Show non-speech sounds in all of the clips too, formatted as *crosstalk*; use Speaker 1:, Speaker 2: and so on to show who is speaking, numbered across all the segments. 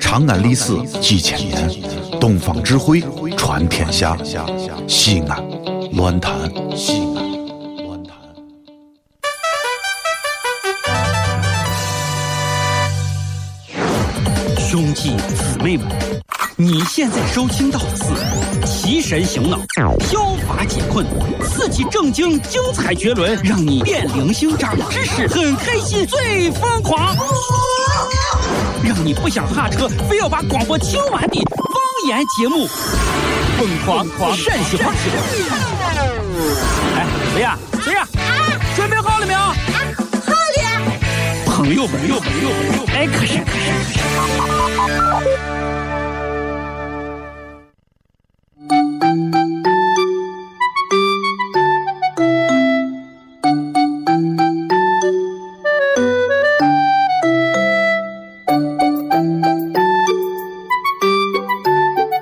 Speaker 1: 长安历史几千年，东方智慧传天下。西安，乱谈西安，乱谈。
Speaker 2: 兄弟姊妹们，你现在收听到的是提神醒脑、消乏解困、刺激正经、精彩绝伦，让你变零星长知识，很开心，最疯狂，让你不想下车，非要把广播听完的方言节目，疯狂狂陕西话。哎，谁呀？谁呀？准备啊好了没有？朋友们，朋友们，朋友们，哎，可是可是。
Speaker 3: 老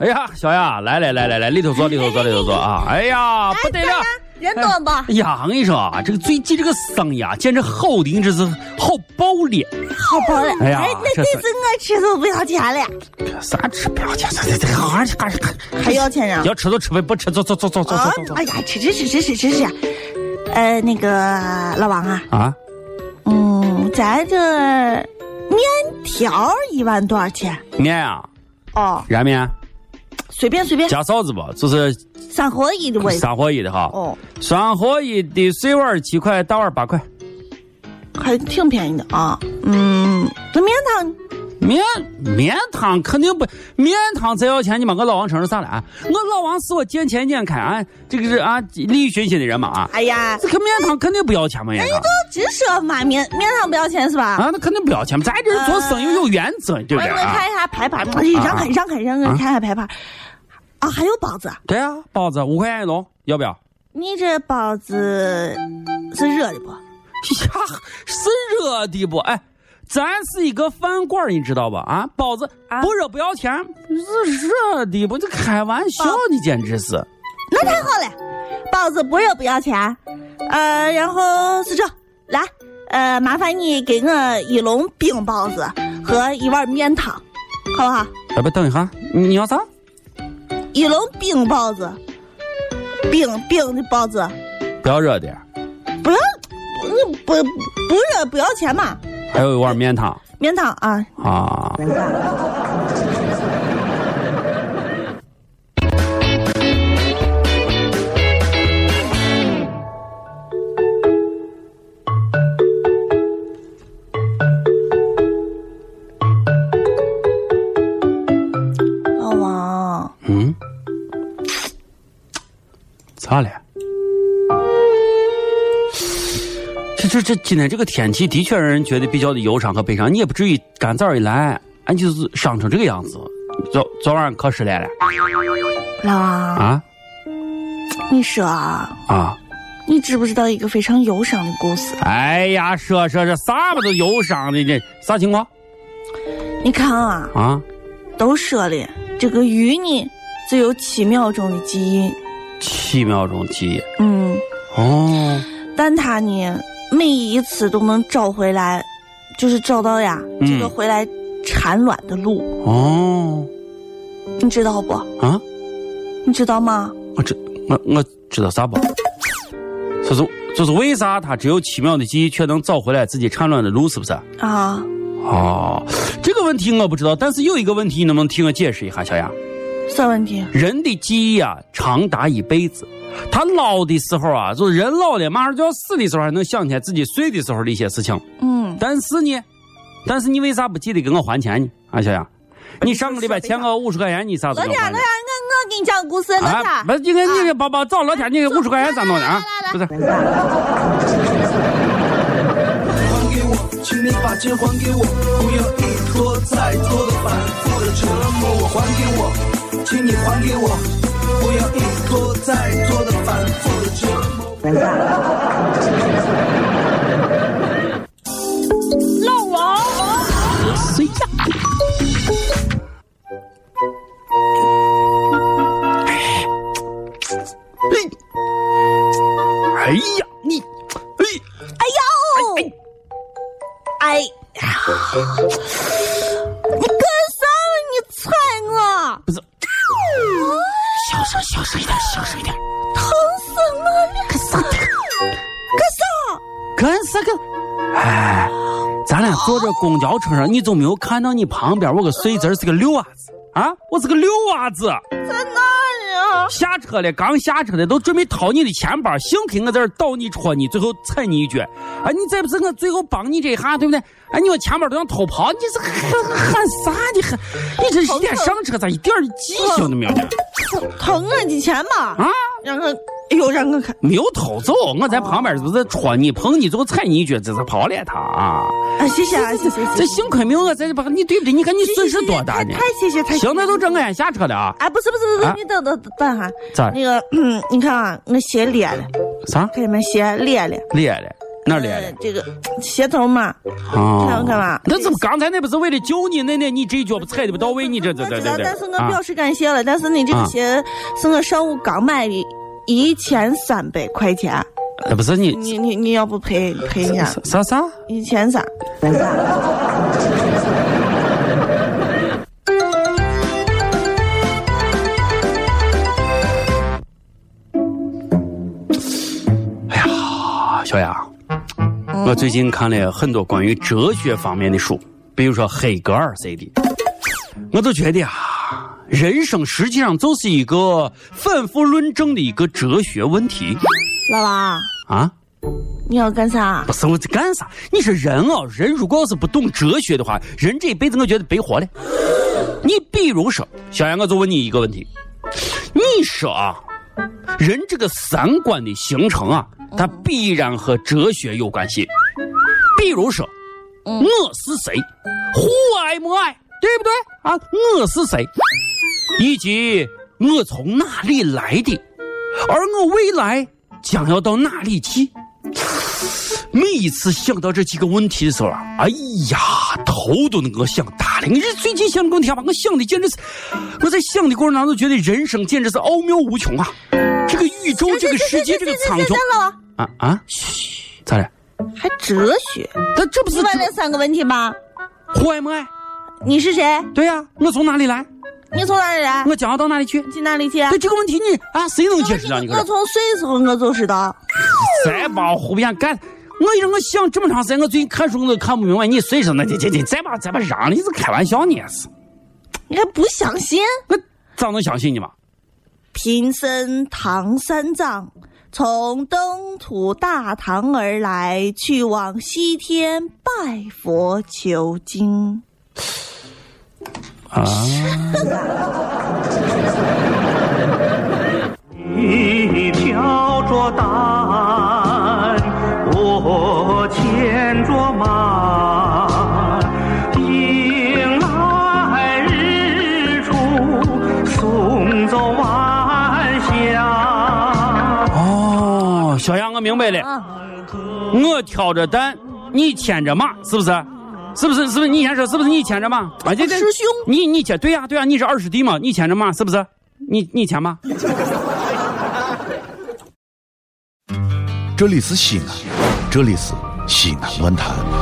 Speaker 2: 哎呀，小雅，来来来来来，里头坐，里头坐，里头坐啊！哎呀，不得了！
Speaker 3: 王，人多不？
Speaker 2: 哎呀，我跟你说啊，这个最近这个嗓音啊，简直好的，这是好爆裂！
Speaker 3: 好饱了。
Speaker 2: 哎呀
Speaker 3: 哎，那
Speaker 2: 这
Speaker 3: 这
Speaker 2: 是
Speaker 3: 次我吃都不要钱啊了，
Speaker 2: 啥吃不要钱？这这这好好吃，干啥？
Speaker 3: 还要钱呀？
Speaker 2: 要吃就吃呗，不吃走走走走走
Speaker 3: 啊
Speaker 2: 走！走
Speaker 3: 哎呀，吃吃吃吃吃吃吃。呃，那个老王啊，
Speaker 2: 啊！
Speaker 3: 嗯，咱这面条一碗多少钱？
Speaker 2: 面啊，
Speaker 3: 哦，
Speaker 2: 燃面
Speaker 3: 随便随便，
Speaker 2: 加臊子不？就是
Speaker 3: 三合一的味道。
Speaker 2: 三合一的哈。
Speaker 3: 哦，
Speaker 2: 三合一的碎碗七块，大碗八块。
Speaker 3: 还挺便宜的啊。嗯，那面汤
Speaker 2: 面面汤肯定不，面汤再要钱，你把我老王成是啥了啊？我老王是我见钱眼开啊，这个是啊利益熏心的人嘛啊。
Speaker 3: 哎呀，
Speaker 2: 这个面汤肯定不要钱嘛，人家
Speaker 3: 直说嘛，面面汤不要钱是吧？
Speaker 2: 啊，那肯定不要钱嘛，咱这人做生意有原则，对不
Speaker 3: 我
Speaker 2: 对
Speaker 3: 哎我
Speaker 2: 啊
Speaker 3: 看？一下排排，哎让开让开让开，看一下排排。啊，还有包子啊。
Speaker 2: 对啊，包子五块钱一笼，要不要？ *laughs*
Speaker 3: 你这包子是热的不？
Speaker 2: 呀，是热的不？哎，咱是一个饭馆儿，你知道吧？啊，包子
Speaker 3: 啊
Speaker 2: 不热不要钱，是热的不？这开玩笑
Speaker 3: 包，
Speaker 2: 你简直是。啊
Speaker 3: 那太好了，包子不热不要钱。呃，然后四周来，呃，麻烦你给我一笼冰包子和一碗面汤，好不好？
Speaker 2: 哎，不，等一下，你要啥？
Speaker 3: 一笼冰包子，冰冰的包子，
Speaker 2: 不要热的，
Speaker 3: 不要不不不热不要钱嘛，
Speaker 2: 还有一碗面汤
Speaker 3: 面汤啊。
Speaker 2: 啊。
Speaker 3: 老王，
Speaker 2: 嗯，咋了？这这这，今天这个天气的确让人觉得比较的忧伤和悲伤。你也不至于干早一来，俺就是伤成这个样子。昨昨晚可失恋了
Speaker 3: 老王，
Speaker 2: 啊
Speaker 3: 你说啊，
Speaker 2: 啊！
Speaker 3: 你知不知道一个非常忧伤的故事？
Speaker 2: 哎呀，说说这啥么都忧伤的，这啥情况
Speaker 3: 你看啊，
Speaker 2: 啊？
Speaker 3: 都说了，这个鱼呢，只有七秒钟的记忆，
Speaker 2: 七秒钟记忆
Speaker 3: 嗯，
Speaker 2: 哦，
Speaker 3: 但它呢，每一次都能找回来，就是找到呀，
Speaker 2: 嗯
Speaker 3: 这个回来产卵的路，
Speaker 2: 哦
Speaker 3: 你知道不？
Speaker 2: 啊！
Speaker 3: 你知道吗？
Speaker 2: 我知我我知道啥不？就是就是为啥他只有七秒的记忆却能找回来自己产卵的路，是不是？
Speaker 3: 啊，
Speaker 2: 哦，这个问题我不知道，但是有一个问题，你能不能替我解释一下，小杨？
Speaker 3: 啥问题？
Speaker 2: 人的记忆啊，长达一辈子。他老的时候啊，就是人老了，马上就要死的时候，还能想起来自己睡的时候的一些事情。
Speaker 3: 嗯，
Speaker 2: 但是呢，但是你为啥不记得给我还钱呢？啊，小杨，
Speaker 3: 哎
Speaker 2: 你上个礼拜欠我五十块钱，你啥时
Speaker 3: 老
Speaker 2: 候
Speaker 3: 天，
Speaker 2: 还
Speaker 3: 老天，我
Speaker 2: 的？
Speaker 3: 我给你讲故事，老天。
Speaker 2: 啊，不是，你看你这宝宝找老天，你五十块钱咋弄的啊？不是，
Speaker 4: 还给我，请你把钱还给我，不要一拖再拖的反复的折磨我。还给我，请你还给我，不要一拖再拖的反复的折磨我。
Speaker 3: 老王，哦
Speaker 2: 谁呀？哎
Speaker 3: 哎你干啥呢？你踹我！
Speaker 2: 不是，小声小声一点，小声一点。
Speaker 3: 疼死我了！干啥？干啥？
Speaker 2: 干啥干？哎，咱俩坐这公交车上，你就没有看到你旁边我个碎子儿是个六娃子啊？我是个六娃子，
Speaker 3: 在哪里啊？
Speaker 2: 下车了，刚下车了，都准备掏你的钱包，幸亏我在这儿倒你戳你，最后踩你一脚。啊，你再不是我最后帮你这一下，对不对？哎，你把钱包都想偷跑，你这喊喊啥呢？喊你这一天上车咋一点儿记性都没有呢？
Speaker 3: 疼我几钱吧？
Speaker 2: 啊？
Speaker 3: 让我，哎呦，让我看。
Speaker 2: 没有偷走，我在旁边是不是戳你碰你，最后踩你一脚，这是跑了他啊！
Speaker 3: 啊，谢谢啊，谢谢，
Speaker 2: 这
Speaker 3: 谢谢。
Speaker 2: 幸亏没有我在这把你对不对？你看你损失多大呢
Speaker 3: 太？谢谢，太
Speaker 2: 行，那就这俺下车了啊！哎
Speaker 3: 哎，不是不是不是，你等等等哈。
Speaker 2: 咋
Speaker 3: 那个，你看啊，我鞋裂了，
Speaker 2: 啥
Speaker 3: 看见没？鞋裂了。
Speaker 2: 裂了？哪儿裂了
Speaker 3: 呃？这个鞋头嘛，
Speaker 2: 啊
Speaker 3: 嗯看看吧
Speaker 2: 那怎么刚才那不是为了救你？那那你这一脚不踩的不到位，你这这
Speaker 3: 嗯我
Speaker 2: 这
Speaker 3: 知
Speaker 2: 这
Speaker 3: 道，
Speaker 2: 这
Speaker 3: 但是我
Speaker 2: 啊
Speaker 3: 表！示感谢了。但是你这个鞋是我上午刚买的，一千三百块钱，
Speaker 2: 呃不是你
Speaker 3: 你你你要不赔赔一下？
Speaker 2: 啥啥？
Speaker 3: 一千三，
Speaker 2: 啊，小雅，我最近看了很多关于哲学方面的书，比如说黑格尔谁的，我就觉得啊，人生实际上就是一个反复论证的一个哲学问题
Speaker 3: 老王，
Speaker 2: 啊。
Speaker 3: 你要干啥
Speaker 2: 不？是我在干啥？你说人哦，人如果要是不懂哲学的话，人这一辈子我觉得白活了。你比如说，小杨，我就问你一个问题：你说啊，人这个三观的形成啊，它必然和哲学有关系。比如说，我是谁，Who am I，对不对啊？我是谁，以及我从哪里来的，而我未来将要到哪里去。每一次想到这几个问题的时候啊，哎呀，头都能给我想大了。你这最近想的问题啊，把我想的简直是，我在想的过程当中觉得人生简直是奥妙无穷啊！这个宇宙，这个世界，这个苍穹
Speaker 3: 老王，
Speaker 2: 啊啊！咋了？
Speaker 3: 还哲学？
Speaker 2: 但这不是
Speaker 3: 你问那三个问题吧？
Speaker 2: 祸爱不爱？
Speaker 3: 你是谁？
Speaker 2: 哎对呀、我从哪里来？
Speaker 3: 你从哪里来？
Speaker 2: 我将要到哪里去？
Speaker 3: 去哪里去？
Speaker 2: 对这个问题你啊，谁能解释了？你
Speaker 3: 我
Speaker 2: 可
Speaker 3: 从岁数我就知道，
Speaker 2: 再把胡编干！我一直我想这么长时间，我最近看书我都看不明白，你随身那这这这再把再把嚷，你是开玩笑呢也是？
Speaker 3: 你还不相信？
Speaker 2: 我咋能相信你嘛？
Speaker 3: 贫僧唐三藏，从东土大唐而来，去往西天拜佛求经。
Speaker 2: 啊！
Speaker 5: 你挑着担，我牵着马，迎来日出，送走晚霞。
Speaker 2: 哦，小杨，我明白了，
Speaker 3: 啊，
Speaker 2: 我挑着担，你牵着马，是不是？是不是？是不是？你先说，是不是你牵着马？啊，这这
Speaker 3: 师兄
Speaker 2: 你你牵对呀、对呀、你是二师弟嘛？你牵着马是不是？你你牵马？
Speaker 1: 这里是西安，这里是西安乱坛。